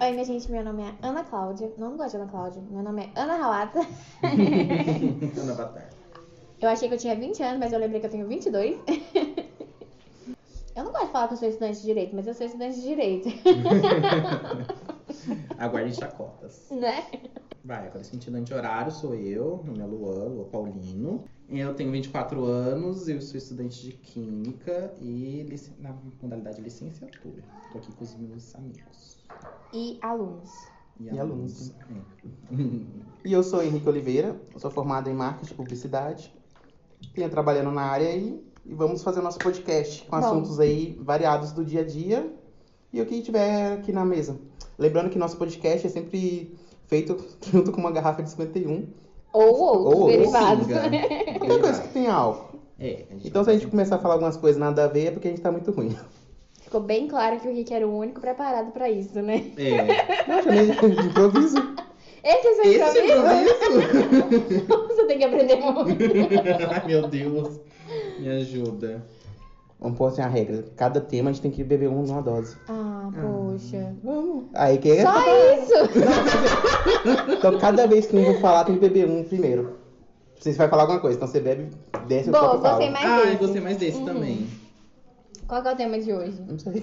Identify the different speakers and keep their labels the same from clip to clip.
Speaker 1: Oi, minha gente, meu nome é Ana Cláudia. Não gosto de Ana Cláudia. Meu nome é Ana Rawata.
Speaker 2: Ana Batar.
Speaker 1: Eu achei que eu tinha 20 anos, mas eu lembrei que eu tenho 22. eu não gosto de falar que eu sou estudante de direito, mas eu sou estudante de direito,
Speaker 2: Aguardem chacotas.
Speaker 1: né?
Speaker 2: Vai, agora sentido anti-horário sou eu, meu nome é Luan, Lua Paulino. Eu tenho 24 anos, eu sou estudante de Química e lic- na modalidade licenciatura. Tô aqui com os meus amigos.
Speaker 1: E alunos.
Speaker 3: E alunos. né?
Speaker 2: É.
Speaker 3: E eu sou Henrique Oliveira, eu sou formado em marketing e publicidade, tenho trabalhando na área aí, e vamos fazer o nosso podcast com
Speaker 1: Vamos.
Speaker 3: assuntos aí variados do dia a dia e o que tiver aqui na mesa. Lembrando que nosso podcast é sempre feito junto com uma garrafa de 51,
Speaker 1: Ou outros
Speaker 3: Ou outros,
Speaker 1: derivados.
Speaker 2: sim, cara.
Speaker 3: é qualquer coisa que tenha álcool.
Speaker 2: É, a gente
Speaker 3: Então se a gente começar a falar algumas coisas nada a ver é porque a gente tá muito ruim.
Speaker 1: Ficou bem claro que o Rick era o único preparado pra isso, né?
Speaker 2: É.
Speaker 3: Eu chamei de improviso.
Speaker 1: Esse é seu
Speaker 2: Esse
Speaker 1: improviso?
Speaker 2: improviso?
Speaker 1: Você tem que aprender um muito.
Speaker 2: Ai, meu Deus. Me ajuda.
Speaker 3: Vamos pôr assim a regra, cada tema a gente tem que beber um numa dose.
Speaker 1: Ah, poxa. Hum.
Speaker 3: Vamos. Aí é que
Speaker 1: Só isso?
Speaker 3: Então, cada vez que um vou falar, tem que beber um primeiro. Você vai falar alguma coisa, então você bebe, desce o
Speaker 1: Boa,
Speaker 3: copo e fala.
Speaker 1: você mais
Speaker 2: ah,
Speaker 1: esse.
Speaker 2: eu gostei mais
Speaker 1: Hum.
Speaker 2: desse também.
Speaker 1: Qual que é o tema de hoje?
Speaker 3: Não sei.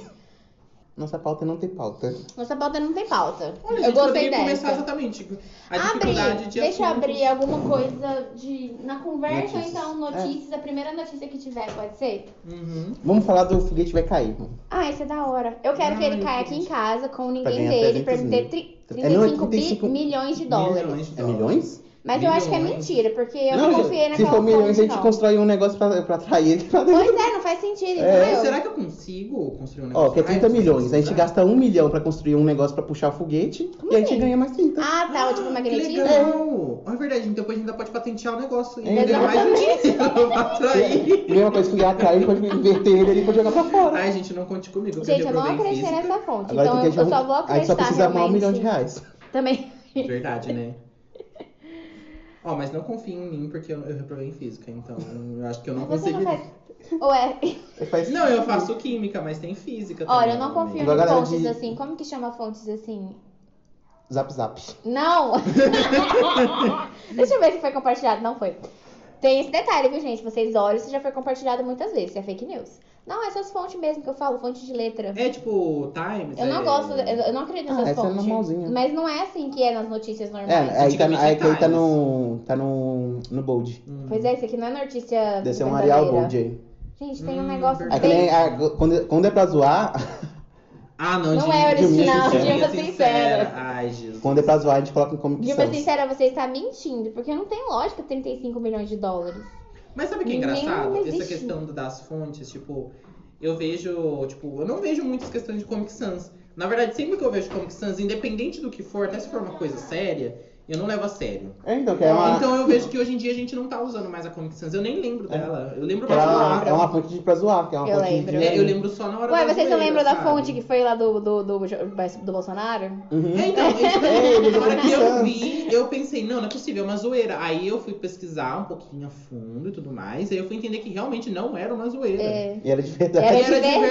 Speaker 3: Nossa pauta é não tem pauta.
Speaker 1: Nossa pauta não tem pauta.
Speaker 2: Olha, a
Speaker 1: eu
Speaker 2: gente
Speaker 1: gostei
Speaker 2: poderia começar
Speaker 1: dessa.
Speaker 2: exatamente. A dificuldade
Speaker 1: Abrir,
Speaker 2: de
Speaker 1: deixa eu
Speaker 2: assunto.
Speaker 1: abrir alguma coisa de, na conversa ou
Speaker 3: Notícias. É.
Speaker 1: então notícias, a primeira notícia que tiver, pode ser?
Speaker 2: Uhum.
Speaker 3: Vamos falar do foguete vai cair. mano.
Speaker 1: Ah, isso é da hora. Eu quero que ele
Speaker 2: Ai,
Speaker 1: caia
Speaker 2: gente.
Speaker 1: aqui em casa com ninguém
Speaker 3: ganhar
Speaker 1: dele pra
Speaker 3: 300
Speaker 1: me ter
Speaker 3: mil.
Speaker 1: tri-
Speaker 3: É, não, é
Speaker 1: 35 bi
Speaker 3: 35
Speaker 1: milhões de dólares.
Speaker 2: Milhões de
Speaker 3: É
Speaker 2: dólares.
Speaker 3: milhões?
Speaker 1: Mas eu acho que é
Speaker 2: Milhões.
Speaker 1: mentira, porque eu não,
Speaker 3: gente,
Speaker 1: confiei
Speaker 3: se
Speaker 1: naquela
Speaker 3: for milhões, a
Speaker 1: fonte,
Speaker 3: gente
Speaker 1: não.
Speaker 3: constrói um negócio pra, pra atrair ele pra dentro.
Speaker 1: Pois é, não faz sentido,
Speaker 2: Mas
Speaker 1: entendeu?
Speaker 2: será que eu consigo construir um negócio?
Speaker 3: Ó, que é 30
Speaker 2: Ai, eu
Speaker 3: milhões. A gente
Speaker 2: preciso
Speaker 3: gasta um milhão pra construir um negócio pra puxar o foguete
Speaker 1: Como
Speaker 3: e a gente
Speaker 1: assim?
Speaker 3: ganha mais 30.
Speaker 1: Ah,
Speaker 2: usar.
Speaker 1: tá, o tipo
Speaker 2: Ah,
Speaker 1: magnetismo?
Speaker 2: Que legal. Ah, É verdade, então depois a gente ainda pode patentear o negócio. E
Speaker 3: É,
Speaker 2: ainda mais um dinheiro pra
Speaker 1: Ah,
Speaker 2: atrair.
Speaker 3: Mesma coisa que o gato atrair, pode inverter ele ele pode jogar pra fora.
Speaker 2: Ai, gente, não conte comigo. que
Speaker 1: Gente, eu
Speaker 2: reprovei
Speaker 1: não
Speaker 2: em
Speaker 1: acreditei
Speaker 2: física.
Speaker 1: nessa fonte.
Speaker 3: Agora
Speaker 1: então
Speaker 3: tem
Speaker 1: eu,
Speaker 3: que um-
Speaker 1: eu só vou
Speaker 3: a gente só
Speaker 1: acreditar
Speaker 3: precisa arrumar um
Speaker 1: realmente.
Speaker 3: milhão de reais.
Speaker 1: Também.
Speaker 2: Verdade, né? Ó, mas não confie em mim, porque eu, eu reprovei em física, então eu acho que eu não
Speaker 1: Você não
Speaker 2: consegui.
Speaker 1: faz. Ou é.
Speaker 3: Faz-
Speaker 2: Não, eu faço química, mas tem física também. né?
Speaker 1: Olha, eu não confio
Speaker 3: Igual um a
Speaker 1: em
Speaker 3: galera
Speaker 1: fontes
Speaker 3: de-
Speaker 1: assim. Como que chama fontes assim?
Speaker 3: Zap zap.
Speaker 1: Não! Deixa eu ver se foi compartilhado. Não foi. Tem esse detalhe, viu, gente? Vocês olham se já foi compartilhado muitas vezes. Se é fake news. Não, essas fontes mesmo que eu falo, fonte de letra.
Speaker 2: É tipo, Times.
Speaker 1: Eu não
Speaker 2: é-
Speaker 1: gosto, eu eu não acredito
Speaker 3: Ah,
Speaker 1: nessas
Speaker 3: essa é
Speaker 1: fontes.
Speaker 3: normalzinha.
Speaker 1: Mas não é assim que é nas notícias normais.
Speaker 3: É, aí tá,
Speaker 2: Antigamente
Speaker 3: aí, que aí tá
Speaker 2: Times.
Speaker 3: no. tá no. no bold.
Speaker 2: Hum.
Speaker 1: Pois é, isso aqui não é notícia.
Speaker 3: Deve ser um
Speaker 1: verdadeira.
Speaker 3: Arial Bold aí.
Speaker 1: Gente, tem um
Speaker 2: Hum,
Speaker 1: negócio
Speaker 2: verdade.
Speaker 3: Aí que nem,
Speaker 1: bem.
Speaker 3: ah, quando, quando é pra zoar,
Speaker 2: Ah, não,
Speaker 1: Não
Speaker 2: Dilma-
Speaker 1: é
Speaker 2: Dilma
Speaker 1: original,
Speaker 2: Sincera.
Speaker 1: Dilma Sincera.
Speaker 2: Ai, Jesus.
Speaker 3: quando é pra zoar, a gente coloca em Comic
Speaker 1: Dilma
Speaker 3: Sans.
Speaker 1: sincera, você está mentindo, porque não tem lógica 35 milhões de dólares.
Speaker 2: Mas sabe o que é
Speaker 1: Ninguém
Speaker 2: engraçado?
Speaker 1: existe.
Speaker 2: Essa questão das fontes, tipo, eu vejo, tipo, eu não vejo muitas questões de Comic Sans. Na verdade, sempre que eu vejo Comic Sans, independente do que for, até se for uma coisa séria, eu não levo a sério.
Speaker 3: É, então, que é uma,
Speaker 2: Então eu vejo que hoje em dia a gente não tá usando mais a Comic Sans. Eu nem lembro dela. Eu lembro
Speaker 3: que é uma,
Speaker 2: palavra.
Speaker 3: é uma fonte de pra zoar, que é uma
Speaker 1: Eu
Speaker 3: fonte
Speaker 1: lembro.
Speaker 3: de...
Speaker 2: É, eu lembro só na hora
Speaker 1: Ué,
Speaker 2: da
Speaker 1: vocês não
Speaker 2: zoeira,
Speaker 1: lembram da
Speaker 2: sabe?
Speaker 1: fonte que foi lá do, do, do, do Bolsonaro?
Speaker 3: Uhum.
Speaker 2: É, então, é isso mesmo.
Speaker 3: ele
Speaker 2: na hora
Speaker 3: tá
Speaker 2: que eu
Speaker 3: pensando.
Speaker 2: vi, eu pensei, não, não é possível, é uma zoeira. Aí eu fui pesquisar um pouquinho a fundo e tudo mais, aí eu fui entender que realmente não era uma zoeira.
Speaker 1: É.
Speaker 3: E era de verdade.
Speaker 1: Era
Speaker 2: Era,
Speaker 1: de
Speaker 2: de verdade,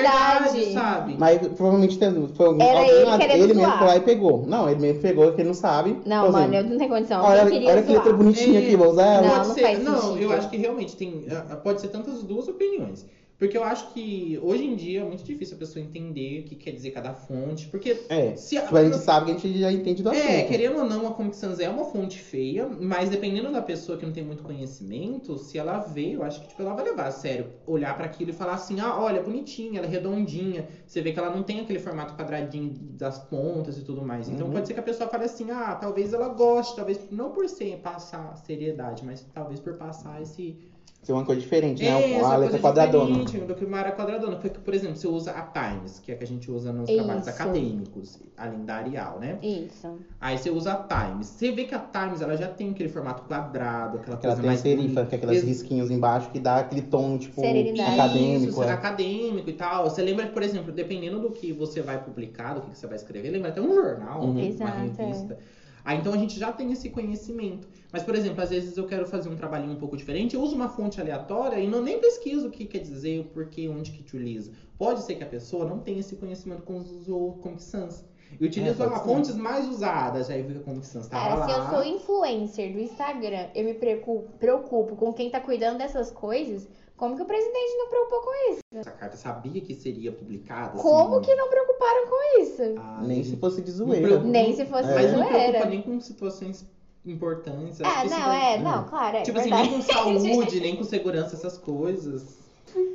Speaker 1: verdade.
Speaker 2: sabe?
Speaker 3: assim. Mas provavelmente teve- foi algum,
Speaker 1: Era
Speaker 3: alguém
Speaker 1: ele
Speaker 3: lá-
Speaker 1: querendo
Speaker 3: ele mesmo
Speaker 1: zoar.
Speaker 3: foi lá e pegou. Não, ele mesmo pegou, que ele não sabe.
Speaker 1: Não,
Speaker 3: Falou assim,
Speaker 1: mano, eu não tenho condição.
Speaker 3: Olha,
Speaker 1: eu queria
Speaker 3: olha que
Speaker 1: zoar.
Speaker 3: letra bonitinha
Speaker 2: É.
Speaker 3: aqui, vou usar
Speaker 1: Não,
Speaker 3: ela.
Speaker 1: não faz
Speaker 2: não,
Speaker 1: sentido.
Speaker 2: eu acho que realmente tem. ah, Pode ser tantas duas opiniões. Porque eu acho que hoje em dia é muito difícil a pessoa entender o que quer dizer cada fonte. Porque
Speaker 3: É,
Speaker 2: se
Speaker 3: tipo, a gente sabe que a gente já entende do assunto.
Speaker 2: É, querendo ou não, a Comic Sans é uma fonte feia, mas dependendo da pessoa que não tem muito conhecimento, se ela vê, eu acho que tipo, ela vai levar a sério, olhar pra aquilo e falar assim: ah, olha, bonitinha, ela é redondinha. Você vê que ela não tem aquele formato quadradinho das pontas e tudo mais. Então
Speaker 3: Uhum.
Speaker 2: pode ser que a pessoa fale assim: ah, talvez ela goste, talvez não por ser, passar seriedade, mas talvez por passar esse.
Speaker 3: Ser uma coisa diferente, né?
Speaker 2: É,
Speaker 3: a
Speaker 2: essa
Speaker 3: letra
Speaker 2: coisa
Speaker 3: quadradona.
Speaker 2: diferente do que uma área quadradona. Porque, por exemplo, você usa a Times, que é a que a gente usa nos
Speaker 1: Isso.
Speaker 2: trabalhos acadêmicos, além da Arial, né?
Speaker 1: Isso.
Speaker 2: Aí você usa a Times. Você vê que a Times ela já tem aquele formato quadrado, aquela
Speaker 3: Aquela
Speaker 2: coisa mais
Speaker 3: serifa,
Speaker 2: bonita.
Speaker 3: que é aquelas
Speaker 2: Ex-
Speaker 3: risquinhos embaixo que dá aquele tom, tipo,
Speaker 1: Serenidade.
Speaker 3: acadêmico.
Speaker 2: Isso,
Speaker 3: é.
Speaker 2: acadêmico e tal. Você lembra, por exemplo, dependendo do que você vai publicar, do que você vai escrever, lembra até um jornal,
Speaker 3: Uhum.
Speaker 2: uma
Speaker 1: Exato, é.
Speaker 2: revista. Ah, então a gente já tem esse conhecimento. Mas, por exemplo, às vezes eu quero fazer um trabalhinho um pouco diferente, eu uso uma fonte aleatória e não nem pesquiso o que quer dizer, o porquê, onde que utiliza. Pode ser que a pessoa não tenha esse conhecimento com os ou- com o Sans. E utiliza
Speaker 3: É, pode
Speaker 2: lá
Speaker 3: ser.
Speaker 2: fontes mais usadas. Aí fica como que Sans tava
Speaker 1: Cara,
Speaker 2: lá.
Speaker 1: É, se eu sou influencer do Instagram, eu me preocupo, preocupo com quem tá cuidando dessas coisas, como que o presidente não preocupou com isso?
Speaker 2: Essa carta sabia que seria publicada. assim,
Speaker 1: Como que não preocuparam com isso?
Speaker 2: Ai,
Speaker 3: Nem se fosse
Speaker 2: Um
Speaker 3: de zoeira.
Speaker 2: preocupa.
Speaker 1: Nem se fosse
Speaker 2: Mas não preocupa
Speaker 1: zoeira.
Speaker 2: nem com situações importantes. acho
Speaker 1: Ah,
Speaker 2: que isso
Speaker 1: não,
Speaker 2: vai-
Speaker 1: é, não, claro, é.
Speaker 2: Tipo assim,
Speaker 1: verdade.
Speaker 2: nem com saúde, nem com segurança, essas coisas.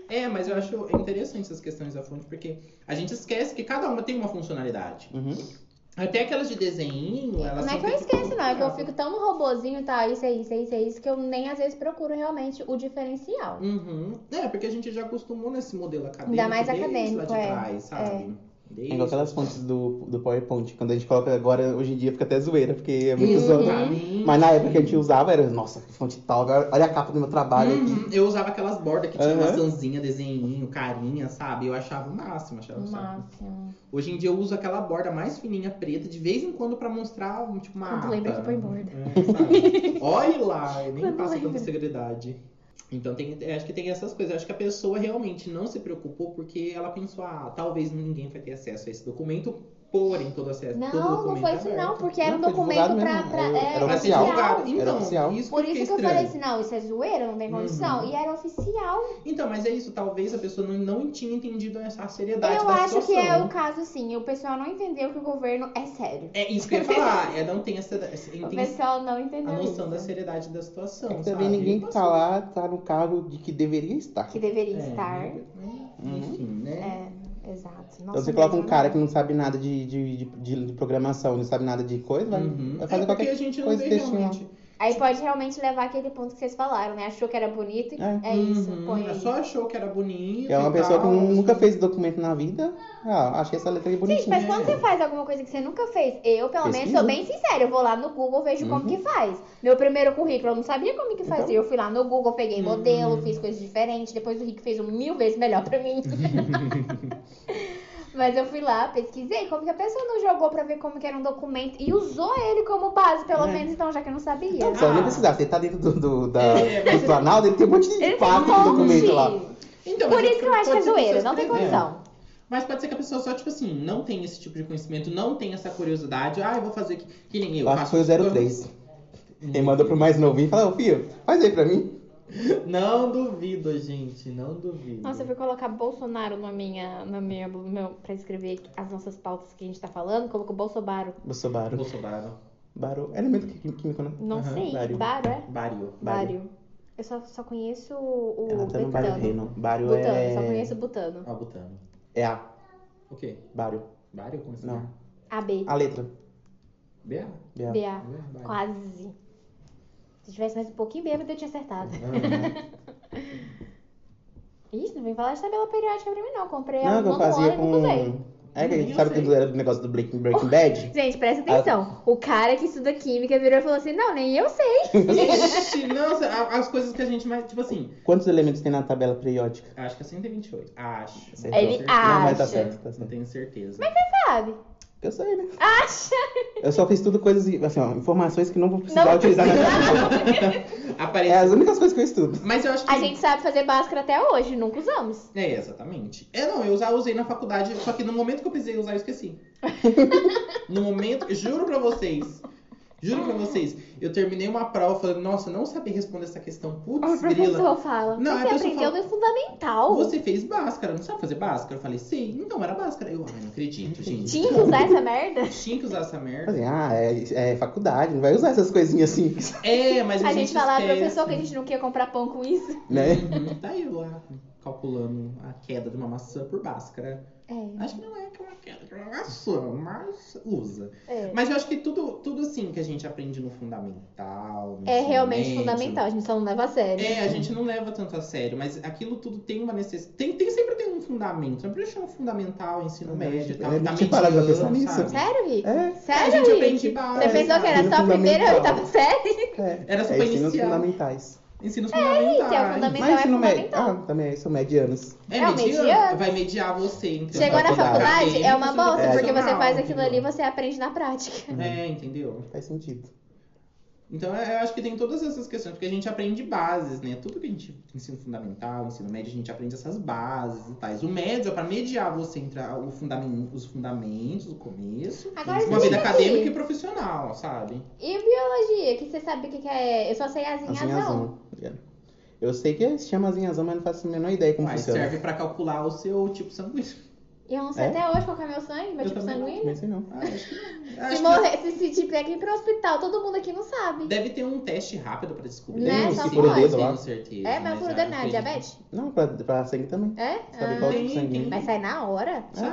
Speaker 2: É, mas eu acho interessante essas questões da fonte, porque a gente esquece que cada uma tem uma funcionalidade.
Speaker 3: Uhum.
Speaker 2: Até aquelas de desenho,
Speaker 1: Não
Speaker 2: elas
Speaker 1: é
Speaker 2: são
Speaker 1: que eu
Speaker 2: feitas
Speaker 1: esqueço,
Speaker 2: por-
Speaker 1: não. É que eu fico tão no robozinho, tá? Isso é isso, é isso, é isso, que eu nem às vezes procuro realmente o diferencial.
Speaker 2: Uhum. É, porque a gente já acostumou nesse modelo acadêmico.
Speaker 1: Ainda mais
Speaker 2: desde lá
Speaker 1: acadêmico,
Speaker 2: de
Speaker 1: é.
Speaker 2: trás, sabe?
Speaker 3: É
Speaker 2: Desde-
Speaker 3: igual aquelas fontes do, do PowerPoint. Quando a gente coloca agora, hoje em dia fica até zoeira, porque é muito zoado.
Speaker 2: Exatamente.
Speaker 3: Mas na época que a gente usava era, nossa, que fonte tal, agora olha a capa do meu trabalho aqui.
Speaker 2: Uhum, Eu usava aquelas bordas que tinha
Speaker 3: Aham.
Speaker 2: maçãzinha, desenhinho, carinha, sabe? Eu achava o máximo, achava
Speaker 3: Então,
Speaker 2: o máximo.
Speaker 1: Máximo.
Speaker 2: Hoje em dia eu uso aquela borda mais fininha, preta, de vez em quando pra mostrar um, tipo, uma
Speaker 1: Quando
Speaker 2: ata.
Speaker 1: lembra que põe borda.
Speaker 2: É, sabe? Olha lá, eu nem
Speaker 1: Quando
Speaker 2: passa tanta
Speaker 1: lembra.
Speaker 2: segredade. Então tem, é, acho que tem essas coisas. Acho que a pessoa realmente não se preocupou porque ela pensou, ah, talvez ninguém vai ter acesso a esse documento, porém todo acesso. todo
Speaker 1: Não, não
Speaker 2: documento
Speaker 1: foi
Speaker 2: é
Speaker 1: isso
Speaker 2: aberto.
Speaker 1: não, porque era um
Speaker 3: Não, foi
Speaker 1: documento
Speaker 3: divulgado
Speaker 1: pra.
Speaker 3: mesmo,
Speaker 1: pra-
Speaker 3: era-
Speaker 1: é,
Speaker 3: era
Speaker 2: Pra ser
Speaker 3: oficial.
Speaker 2: divulgado. Então,
Speaker 3: Era oficial.
Speaker 2: isso
Speaker 1: Por
Speaker 2: que
Speaker 1: isso
Speaker 2: é
Speaker 1: que eu
Speaker 2: estranho.
Speaker 1: falei assim, não, isso é zoeira, não tem condição.
Speaker 2: Uhum.
Speaker 1: E era oficial.
Speaker 2: Então, mas é isso, talvez a pessoa não, não tinha entendido essa seriedade
Speaker 1: eu
Speaker 2: da
Speaker 1: acho
Speaker 2: situação.
Speaker 1: que é o caso, sim. O pessoal não entendeu que o governo é sério.
Speaker 2: É isso que eu ia falar, é, não tem essa essa-
Speaker 1: O
Speaker 2: tem
Speaker 1: pessoal não
Speaker 2: a
Speaker 1: entendeu
Speaker 2: noção da
Speaker 1: isso.
Speaker 2: seriedade da situação,
Speaker 3: É que
Speaker 2: sabe?
Speaker 3: também ninguém que tá
Speaker 2: Passou.
Speaker 3: lá tá no cargo de que deveria estar.
Speaker 1: Que deveria
Speaker 2: É,
Speaker 1: estar.
Speaker 3: Uhum.
Speaker 2: né? Enfim, né?
Speaker 1: É, exato.
Speaker 3: Então
Speaker 1: Nossa,
Speaker 3: você coloca um
Speaker 1: mesmo,
Speaker 3: cara
Speaker 1: né?
Speaker 3: que não sabe nada de, de, de, de- de programação, não sabe nada de coisa, vai,
Speaker 2: Uhum.
Speaker 3: vai
Speaker 2: É porque
Speaker 3: fazer qualquer
Speaker 2: a gente não
Speaker 3: coisa
Speaker 2: vê
Speaker 3: textinho lá.
Speaker 2: realmente.
Speaker 1: Aí pode realmente levar aquele ponto que vocês falaram, né? Achou que era bonito. É,
Speaker 3: É.
Speaker 1: isso,
Speaker 2: Uhum.
Speaker 1: põe aí.
Speaker 2: Só achou que era bonito.
Speaker 3: É uma
Speaker 2: e
Speaker 3: pessoa que
Speaker 2: tal.
Speaker 3: nu- nunca fez documento na vida. Ah, achei essa letra aí
Speaker 1: Gente,
Speaker 3: bonitinha.
Speaker 1: mas quando você faz alguma coisa que você nunca fez, eu, pelo menos,
Speaker 3: Uhum. Pesquisa.
Speaker 1: sou bem sincera. Eu vou lá no Google, vejo como
Speaker 3: Uhum. Então?
Speaker 1: que faz. Meu primeiro currículo, eu não sabia como que fazia. Eu fui lá no Google, peguei
Speaker 2: Uhum.
Speaker 1: modelo, fiz coisas diferentes. Depois o Rick fez um mil vezes melhor pra mim. Mas eu fui lá, pesquisei como que a pessoa não jogou pra ver como que era um documento e usou ele como base, pelo
Speaker 3: É.
Speaker 1: menos, então, já que eu não sabia.
Speaker 3: Só
Speaker 2: Ah.
Speaker 3: nem precisar, você tá dentro do, do, da,
Speaker 2: É, mas-
Speaker 3: do Planalto, ele tem um monte
Speaker 1: Ele
Speaker 3: de
Speaker 1: tem um
Speaker 3: quadro de documento lá.
Speaker 1: monte.
Speaker 2: Então,
Speaker 1: Por
Speaker 2: mas
Speaker 1: isso que eu acho que é
Speaker 2: pode ser a pessoa
Speaker 1: zoeira, não tem
Speaker 2: escrever.
Speaker 1: condição.
Speaker 2: É. Mas pode ser que a pessoa só, tipo assim, não tem esse tipo de conhecimento, não tem essa curiosidade. Ah, eu vou fazer que, que nem eu.
Speaker 3: Eu acho que foi o 03.
Speaker 2: Hum.
Speaker 3: Ele mandou pro mais novinho e falou, ô filho, faz aí pra mim.
Speaker 2: Não duvido, gente, não duvido.
Speaker 1: Nossa, eu fui colocar Bolsonaro na minha, na minha, no meu, pra escrever as nossas pautas que a gente tá falando, colocou Bolsonaro.
Speaker 3: Bolsonaro.
Speaker 2: Bolsonaro.
Speaker 3: Baro. É elemento quí- químico, né?
Speaker 1: Não
Speaker 2: Aham,
Speaker 1: sei,
Speaker 3: Bário.
Speaker 1: Bário, é?
Speaker 2: Bario.
Speaker 3: Bário.
Speaker 1: Bário. Eu só, só conheço o
Speaker 3: Ela tá no Bário
Speaker 1: Butano.
Speaker 3: Reino. Bário
Speaker 1: Butano, só
Speaker 3: é.
Speaker 1: conheço o Butano.
Speaker 2: Ó, butano.
Speaker 3: É a.
Speaker 2: O quê?
Speaker 3: Bário.
Speaker 2: Bário? Como assim?
Speaker 3: Não.
Speaker 1: AB,
Speaker 3: A letra.
Speaker 2: BA.
Speaker 3: É.
Speaker 1: BA.
Speaker 2: BA, Bário.
Speaker 1: Quase. Se tivesse mais um pouquinho bêbado, eu tinha acertado.
Speaker 2: Ah,
Speaker 1: Ixi, não vem falar de tabela periódica pra mim, não. Comprei ela
Speaker 3: Não, é que
Speaker 1: no
Speaker 3: eu
Speaker 1: ano
Speaker 3: fazia
Speaker 1: e não usei.
Speaker 3: com. É que a
Speaker 2: Eu
Speaker 3: gente sabe
Speaker 2: sei.
Speaker 3: que era do negócio do Breaking Breaking Bad?
Speaker 1: Gente, presta atenção. O cara que estuda química virou e falou assim: Não, nem eu sei.
Speaker 2: Ixi, nossa, a- as coisas que a gente mais. Tipo assim,
Speaker 3: Quantos elementos tem na tabela periódica?
Speaker 2: acho que é 128. Acho. Não
Speaker 3: Ele
Speaker 2: tenho certeza.
Speaker 1: acha.
Speaker 3: Não, mas tá certo, tá
Speaker 2: Não
Speaker 3: certo.
Speaker 2: tenho certeza.
Speaker 1: Sabe?
Speaker 3: Eu sei, né?
Speaker 1: Acha?
Speaker 3: Eu só fiz tudo coisas, assim, ó, informações que não vou precisar
Speaker 1: Não
Speaker 3: utilizar na minha vida. É
Speaker 2: Aparece.
Speaker 3: as únicas coisas que eu estudo.
Speaker 2: Mas eu acho que. assim,
Speaker 1: A gente sabe fazer báscara até hoje, nunca usamos.
Speaker 2: É, exatamente. É, não, eu já usei na faculdade, só que no momento que eu precisei usar, eu esqueci. no momento, juro pra vocês. Juro pra vocês. Eu terminei uma prova falando, nossa, não sabia responder essa questão.
Speaker 1: O
Speaker 2: Putz, grila.
Speaker 1: Ah, professor fala.
Speaker 2: Não,
Speaker 1: você
Speaker 2: a pessoa
Speaker 1: aprendeu
Speaker 2: fala-
Speaker 1: no fundamental.
Speaker 2: Você fez báscara, não sabe fazer báscara? Eu falei, sim, então era báscara. Eu, ai, não acredito, gente.
Speaker 1: Tinha que usar essa merda?
Speaker 2: Tinha que usar essa merda.
Speaker 3: Assim, ah, é, é faculdade, não vai usar essas coisinhas assim,
Speaker 2: É, mas a,
Speaker 1: A gente falava,
Speaker 2: esquece.
Speaker 1: professor, que a gente não quer comprar pão com isso.
Speaker 3: né?
Speaker 2: Uhum, tá eu lá, calculando a queda de uma maçã por báscara.
Speaker 1: É.
Speaker 2: Acho que não é que é uma queda de uma maçã, mas usa.
Speaker 1: É,
Speaker 2: Mas eu acho que tudo, tudo assim que a gente aprende no fundamental. no
Speaker 1: É realmente
Speaker 2: ensino médio,
Speaker 1: fundamental, né? a gente só não leva a sério.
Speaker 2: É, a gente não leva tanto a sério, mas aquilo tudo tem uma necessidade. Tem, tem- sempre tem um fundamento. Não precisa chamar fundamental, ensino
Speaker 3: É,
Speaker 2: médio e
Speaker 3: tipo,
Speaker 2: tal.
Speaker 3: é,
Speaker 2: tá
Speaker 3: tinha parado pra
Speaker 2: mendigando,
Speaker 3: pensar nisso.
Speaker 2: sabe?
Speaker 1: Sério, Rick?
Speaker 3: É,
Speaker 2: A
Speaker 1: Sério,
Speaker 2: gente
Speaker 1: Rick?
Speaker 2: aprende base.
Speaker 1: Você pensou que era
Speaker 3: Ensino
Speaker 1: só a primeira e a
Speaker 3: fundamental.
Speaker 1: oitava série?
Speaker 3: é.
Speaker 2: Era só
Speaker 3: é
Speaker 2: pra
Speaker 3: ensinos
Speaker 2: iniciar.
Speaker 3: fundamentais.
Speaker 2: Ensinos
Speaker 1: isso, é o fundamental. Então é
Speaker 2: fundamentais.
Speaker 3: Mas ensino médio.
Speaker 1: fundamental.
Speaker 3: Ah, também são medianos.
Speaker 2: É,
Speaker 1: É, o
Speaker 2: mediano.
Speaker 1: mediano.
Speaker 2: Vai mediar você. entendeu?
Speaker 1: Chegou na
Speaker 3: faculdade.
Speaker 1: faculdade, é uma
Speaker 2: Acadêmico,
Speaker 1: bolsa,
Speaker 2: sobre
Speaker 1: porque você
Speaker 2: profissional,
Speaker 1: faz aquilo ali
Speaker 2: É, entendeu?
Speaker 1: você aprende na prática.
Speaker 2: É, entendeu?
Speaker 3: Faz sentido.
Speaker 2: Então, eu acho que tem todas essas questões, porque a gente aprende bases, né? Tudo que a gente ensino fundamental, ensino médio, a gente aprende essas bases e tais. O médio é para mediar você entre a- o fundamen- os fundamentos, o começo,
Speaker 1: Agora
Speaker 2: uma vida
Speaker 1: explica aqui.
Speaker 2: acadêmica e profissional, sabe?
Speaker 1: E biologia, que você sabe o que, que é. Eu só sei as em azão.
Speaker 3: Azinhazão. é. Eu sei que se chama azinhazão, mas não faço a menor ideia como
Speaker 2: Mas
Speaker 3: funciona.
Speaker 2: serve para calcular o seu tipo sanguíneo.
Speaker 1: E eu não sei
Speaker 3: É?
Speaker 1: até hoje qual que é meu sangue, meu
Speaker 2: Eu
Speaker 1: tipo
Speaker 2: também não.
Speaker 1: sanguíneo.
Speaker 3: Não sei não.
Speaker 2: Ah, acho que não.
Speaker 1: Se
Speaker 2: Acho que
Speaker 1: morrer, se, se tiver que ir pro hospital, todo mundo aqui não sabe.
Speaker 2: deve ter um teste rápido para descobrir.
Speaker 1: Né?
Speaker 2: Eu
Speaker 1: Só
Speaker 2: não sei,
Speaker 1: pode.
Speaker 2: eu não
Speaker 3: Lá.
Speaker 2: tenho certeza.
Speaker 1: É, mas o furo
Speaker 2: ah,
Speaker 1: dele não é
Speaker 2: acredito.
Speaker 1: diabetes?
Speaker 3: Não, pra, pra sangue também.
Speaker 1: É?
Speaker 3: Sabe
Speaker 1: Ah,
Speaker 3: qual é o
Speaker 2: Tem,
Speaker 3: tipo sanguíneo.
Speaker 2: tem.
Speaker 1: Mas sai na hora?
Speaker 2: Sai,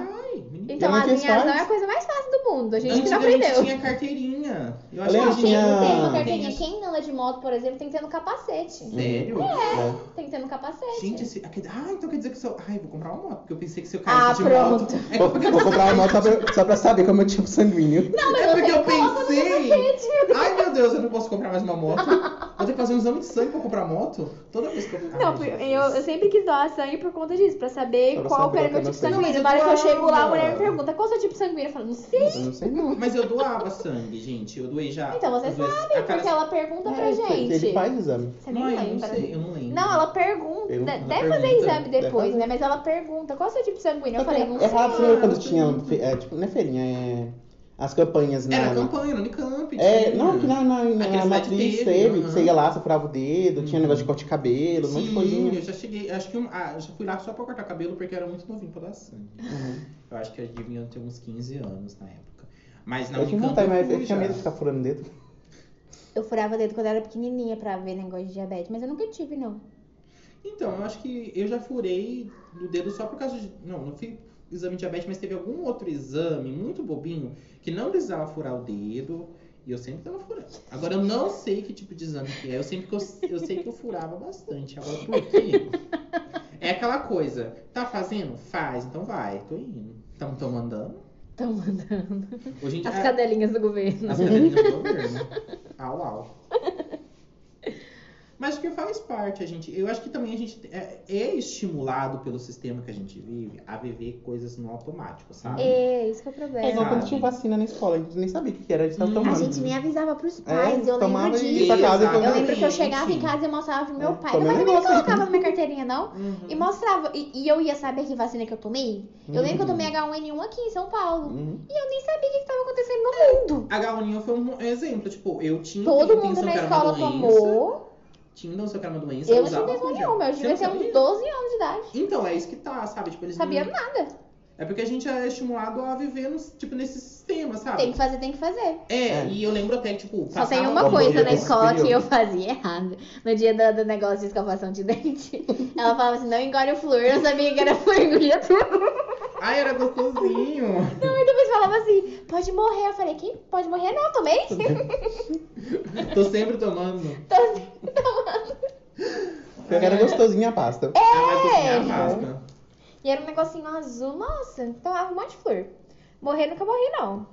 Speaker 2: menino.
Speaker 1: Então,
Speaker 3: Eu não
Speaker 1: as
Speaker 3: quis
Speaker 1: minhas azão
Speaker 3: falar
Speaker 1: é a
Speaker 3: isso.
Speaker 1: coisa mais fácil do mundo. A gente não
Speaker 2: Antigamente
Speaker 1: aprendeu.
Speaker 2: tinha carteirinha. Eu acho
Speaker 1: Não,
Speaker 2: que
Speaker 3: lembro que
Speaker 1: tem,
Speaker 3: tinha-
Speaker 1: tem uma
Speaker 3: Tem
Speaker 1: carteirinha. Quem anda de moto, por exemplo, tem que ter no capacete.
Speaker 2: Sério?
Speaker 3: É.
Speaker 1: Tem que ter no capacete.
Speaker 2: Gente, esse... aquele- ah, então quer dizer que seu. Ai, vou comprar uma moto, porque eu pensei que seu
Speaker 1: Ah,
Speaker 2: cara de moto.
Speaker 1: pronto.
Speaker 2: É
Speaker 3: Vou, vou comprar uma moto só pra, só pra saber como é o tipo sanguíneo.
Speaker 1: Não, mas
Speaker 2: É porque
Speaker 1: você
Speaker 2: eu
Speaker 1: coloca no
Speaker 2: pensei.
Speaker 1: capacete.
Speaker 2: Ai, meu Deus, eu não posso comprar mais uma moto. Vou ter que fazer um exame de sangue pra comprar moto? Toda vez que eu.
Speaker 1: Não,
Speaker 2: Ai,
Speaker 1: por-
Speaker 2: Jesus.
Speaker 1: eu, eu sempre quis doar sangue por conta disso, pra saber
Speaker 3: Pra
Speaker 1: qual
Speaker 3: saber
Speaker 1: era o meu
Speaker 3: qual
Speaker 1: tipo
Speaker 3: era o meu
Speaker 1: sanguíneo.
Speaker 2: sangue.
Speaker 1: Na hora que eu chego lá, a mulher me
Speaker 2: Não.
Speaker 1: pergunta qual é o seu tipo sanguíneo. Eu falo, não sei.
Speaker 3: Eu não sei não.
Speaker 2: Mas eu doava sangue, gente. Eu doei já.
Speaker 1: Então você
Speaker 2: eu doei
Speaker 1: sabe,
Speaker 2: aquelas-
Speaker 1: porque ela pergunta pra
Speaker 3: É, porque
Speaker 1: gente.
Speaker 3: Ele faz o exame.
Speaker 1: Você
Speaker 2: Não,
Speaker 1: nem
Speaker 2: assim, eu não
Speaker 1: lembra. né?
Speaker 2: sei, eu não lembro.
Speaker 1: Não, ela pergunta.
Speaker 3: Pergunta,
Speaker 1: deve
Speaker 2: ela
Speaker 1: fazer
Speaker 2: pergunta.
Speaker 1: exame depois,
Speaker 3: Deve
Speaker 1: né? Mas ela pergunta qual é o seu tipo sanguíneo. Eu falei, um não
Speaker 3: é
Speaker 1: sei.
Speaker 3: raro, você lembra quando
Speaker 2: eu sei.
Speaker 3: tinha. fe- É, tipo, não é feirinha, é. As campanhas na.
Speaker 2: Era
Speaker 3: na-
Speaker 2: campanha, no Unicamp.
Speaker 3: É,
Speaker 2: tinha.
Speaker 3: não, que na, na, na-
Speaker 2: Aquele
Speaker 3: na
Speaker 2: site
Speaker 3: matriz
Speaker 2: teve,
Speaker 3: teve, que
Speaker 2: aham.
Speaker 3: você ia lá, soprava o dedo, tinha negócio de corte de cabelo, um monte de
Speaker 2: Sim,
Speaker 3: coisinha.
Speaker 2: eu já cheguei. Acho que um- ah, já fui lá só pra cortar cabelo porque eu era muito novinho pra dar sangue.
Speaker 3: Uhum.
Speaker 2: Eu acho que eu devia ter uns 15 anos na época. Mas na
Speaker 3: Eu tinha
Speaker 2: Unicamp
Speaker 3: vontade, mas
Speaker 2: fui
Speaker 3: eu tinha
Speaker 2: já.
Speaker 3: medo de ficar furando dedo.
Speaker 1: Eu furava dedo quando eu era pequenininha pra ver negócio de diabetes, mas eu nunca tive, não.
Speaker 2: Então, eu acho que eu já furei do dedo só por causa de. Não, não fui exame de diabetes, mas teve algum outro exame muito bobinho que não precisava furar o dedo. E eu sempre tava furando. Agora eu não sei que tipo de exame que é. Eu sempre que eu, eu sei que eu furava bastante. Agora por quê? É aquela coisa. Tá fazendo? Faz, então vai, tô indo. Então tô mandando.
Speaker 1: Estão mandando.
Speaker 2: Hoje em dia. é,
Speaker 1: As cadelinhas do governo.
Speaker 2: As cadelinhas do um governo. né? Au, au. Mas que faz parte, a gente. Eu acho que também a gente é, é estimulado pelo sistema que a gente vive a viver coisas no automático, sabe?
Speaker 1: É, isso que é o
Speaker 3: É
Speaker 1: problema.
Speaker 3: igual quando
Speaker 2: Sabe?
Speaker 3: tinha vacina na escola, a gente nem sabia o que que era, a gente tava
Speaker 2: Hum.
Speaker 3: tomando.
Speaker 1: A gente nem avisava pros pais, eu
Speaker 3: É, tomava
Speaker 1: lembro
Speaker 3: e
Speaker 1: disso.
Speaker 3: ia pra casa e
Speaker 2: Eu
Speaker 1: Eu
Speaker 3: comia.
Speaker 1: lembro que eu
Speaker 2: Gente.
Speaker 1: chegava em casa e mostrava pro meu
Speaker 3: É,
Speaker 1: pai.
Speaker 3: tô
Speaker 1: Meu pai
Speaker 3: mesmo
Speaker 1: também não
Speaker 3: negócio.
Speaker 1: colocava na minha carteirinha, não.
Speaker 2: Uhum.
Speaker 1: E mostrava. E, e eu ia saber que vacina que eu tomei. Eu lembro que eu tomei H1N1 aqui em São Paulo.
Speaker 3: Uhum.
Speaker 1: E eu nem sabia o que, que tava acontecendo no mundo.
Speaker 2: A galinha foi um exemplo. Tipo, eu tinha.
Speaker 1: Todo
Speaker 2: intenção
Speaker 1: mundo
Speaker 2: que
Speaker 1: na
Speaker 2: era uma
Speaker 1: escola
Speaker 2: doença,
Speaker 1: tomou.
Speaker 2: Tinha noção que era uma doença.
Speaker 1: Eu não
Speaker 2: usava
Speaker 1: tinha nenhuma
Speaker 2: álcool em
Speaker 1: nenhuma. Eu
Speaker 2: gel.
Speaker 1: devia
Speaker 2: Você
Speaker 1: ter
Speaker 2: não
Speaker 1: uns
Speaker 2: sabia?
Speaker 1: 12 anos de idade.
Speaker 2: Então, é isso que tá, sabe? Tipo, eles não-
Speaker 1: Sabia nada.
Speaker 2: É porque a gente é estimulado a viver no, tipo, nesse sistema, sabe?
Speaker 1: Tem que fazer, tem que fazer.
Speaker 2: É,
Speaker 3: É.
Speaker 2: e eu lembro até, tipo,
Speaker 1: Só tem
Speaker 2: passava-
Speaker 1: uma
Speaker 3: Vamos
Speaker 1: coisa né?
Speaker 3: ver
Speaker 1: na
Speaker 3: esse
Speaker 1: escola que
Speaker 3: período.
Speaker 1: eu fazia errado. No dia do, do negócio de escovação de dente, ela falava assim: não engole o flúor. Eu sabia que era flúor, engolia tudo.
Speaker 2: Ai, era gostosinho.
Speaker 1: Não, e depois falava assim: pode morrer. Eu falei: quem pode morrer? Não, eu tomei.
Speaker 2: Tô sempre tomando.
Speaker 1: Tô sempre tomando.
Speaker 3: Porque era gostosinha a pasta.
Speaker 2: Ah, mas assim, é a pasta.
Speaker 1: E era um negocinho azul, nossa, tomava um monte de flor. Morrer nunca morri, não.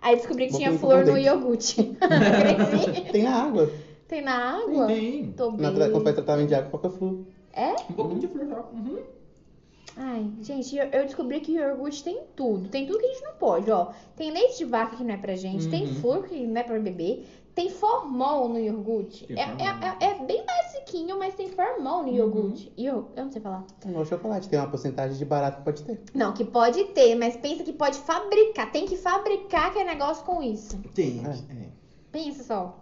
Speaker 1: Aí descobri que
Speaker 3: Bom,
Speaker 1: tinha
Speaker 3: tem
Speaker 1: flor
Speaker 3: tudo
Speaker 1: no
Speaker 3: bem.
Speaker 1: iogurte. Cresci.
Speaker 3: Tem na água.
Speaker 1: Tem na água?
Speaker 2: Tem.
Speaker 1: Tô
Speaker 3: Na
Speaker 1: bem.
Speaker 3: tra... Quando faz tratamento de água, qualquer flu.
Speaker 1: É?
Speaker 2: Um pouquinho de flor já. Uhum.
Speaker 1: Ai, gente, eu- eu descobri que iogurte tem tudo. Tem tudo que a gente não pode, ó. Tem leite de vaca que não é pra gente, tem
Speaker 2: Uhum.
Speaker 1: flor que não é pra beber, tem formol no iogurte.
Speaker 2: Tem
Speaker 1: É,
Speaker 2: formol. Uhum.
Speaker 1: é, é, é bem basiquinho, mas tem formol no iogurte. E eu, eu não sei falar.
Speaker 3: É Igual chocolate, tem uma porcentagem de barato que pode ter.
Speaker 1: Não, que pode ter, mas pensa que pode fabricar. Tem que fabricar que é negócio com isso.
Speaker 2: Tem.
Speaker 3: É.
Speaker 1: Pensa só.